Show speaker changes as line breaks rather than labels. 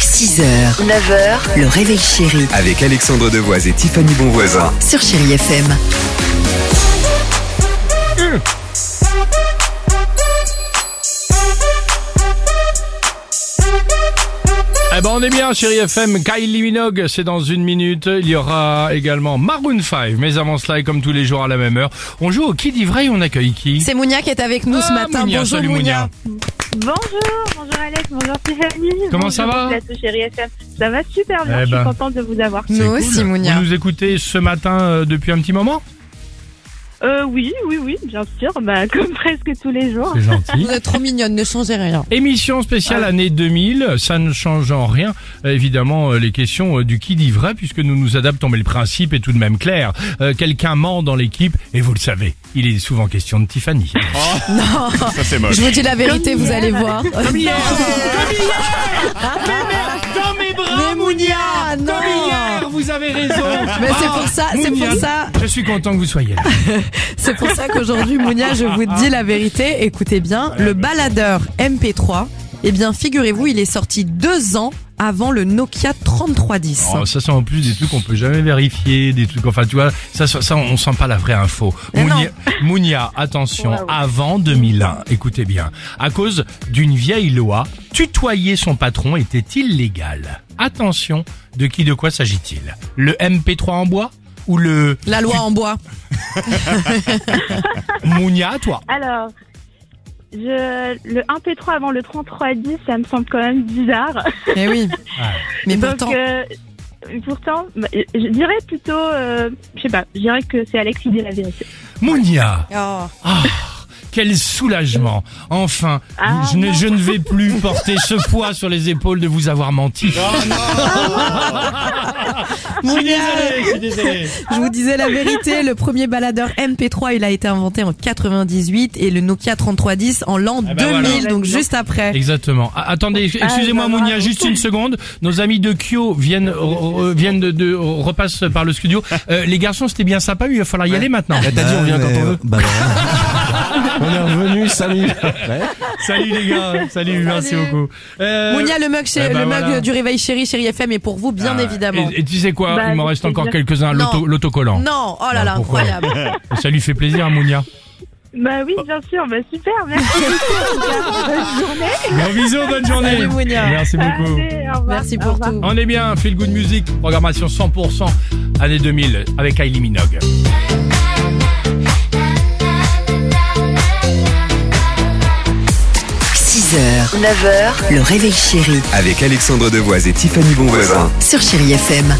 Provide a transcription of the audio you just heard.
6h, 9h, le réveil chéri
Avec Alexandre Devoise et Tiffany Bonvoisin.
sur Chéri FM.
Eh ben on est bien, chérie FM. Kylie Minogue, c'est dans une minute. Il y aura également Maroon 5. Mais avant cela, et comme tous les jours à la même heure, on joue au qui dit vrai. On accueille qui
C'est Mounia qui est avec nous ce
Ah,
matin.
Mounia,
Bonjour
salut Mounia.
Mounia.
Bonjour, bonjour Alex, bonjour Tiffany.
Comment
bonjour
ça va
plateau Chéri FM. Ça va super bien,
Eh
je
ben.
suis contente de vous avoir.
Nous
C'est
aussi
cool.
Mounia.
Vous nous écoutez ce matin euh, depuis un petit moment
Euh, oui, oui, oui, bien sûr, bah, comme presque tous les jours.
Oh.
C'est gentil.
Vous êtes trop mignonne, ne changez rien.
Émission spéciale
Ah.
année 2000, ça ne change en rien euh, évidemment euh, les questions euh, du qui dit vrai puisque nous nous adaptons mais le principe est tout de même clair. Euh, Quelqu'un ment dans l'équipe et vous le savez, il est souvent question de Tiffany.
Non, je vous dis la vérité, vous allez voir. Comme hier,
dans mes bras
Mais Mounia, non. Ah.
hier, vous avez raison.
Mais c'est
Ah,
pour ça, c'est
Mounia,
pour ça,
Je suis content que vous soyez là.
c'est pour ça qu'aujourd'hui Mounia, je vous dis la vérité. Écoutez bien, le baladeur MP3, eh bien figurez-vous, il est sorti deux ans avant le Nokia 3310.
Oh, ça, c'est en plus des trucs qu'on peut jamais vérifier, des trucs. Enfin, tu vois, ça, ça, ça, on sent pas la vraie info.
Mais
Mounia, Mounia, attention, avant 2001, écoutez bien, à cause d'une vieille loi, tutoyer son patron était illégal. Attention, de qui, de quoi s'agit-il Le MP3 en bois ou le
La loi en bois.
Mounia, toi
Alors, je, le 1P3 avant le 3310, ça me semble quand même bizarre.
Eh oui. Mais
Donc,
pourtant,
euh, pourtant, bah, je dirais plutôt, euh, je sais pas, je dirais que c'est Alex qui dit la vérité.
Mounia
Oh.
Ah, quel soulagement Enfin,
Ah,
je, ne,
non.
je ne vais plus porter ce poids sur les épaules de vous avoir menti.
Mounia,
je suis désolé.
Je vous disais la vérité, le premier baladeur MP3, il a été inventé en 98 et le Nokia 3310 en l'an
Ah bah
2000,
voilà.
donc juste après.
Exactement. Ah, attendez, ex-
Ah,
excusez-moi
bah,
Mounia,
bravo.
juste une seconde. Nos amis de Kyo viennent re- re- viennent de, de- repassent par le studio. Euh, les garçons, c'était bien sympa, il va falloir y aller maintenant.
Bah,
Euh,
T'as dit on
Ah,
vient quand on veut On est revenu 5 minutes.
Salut les gars, salut, merci beaucoup. Euh,
Mounia, le mug, chez-
eh bah
le mug
voilà.
du réveil chéri, chéri FM est pour vous, bien
ah,
évidemment.
Et, et tu sais quoi,
Bah,
il m'en reste
c'est
encore
bien.
quelques-uns, l'auto-
Non.
l'autocollant.
Non, oh là
Bah,
là,
pourquoi
incroyable.
Ça lui fait plaisir, Mounia.
Bah oui,
Oh.
bien sûr, bah super, merci beaucoup, en tout cas. Bonne journée.
Gros bisous, bonne journée.
Salut, Mounia.
Merci beaucoup.
Allez, au revoir.
Merci
Au
pour
revoir.
tout.
On est bien, feel good music, programmation 100% année 2000 avec Kylie Minogue.
h 9h, le réveil chéri
Avec Alexandre Devoise et Tiffany Bonvoisin.
sur Chéri FM.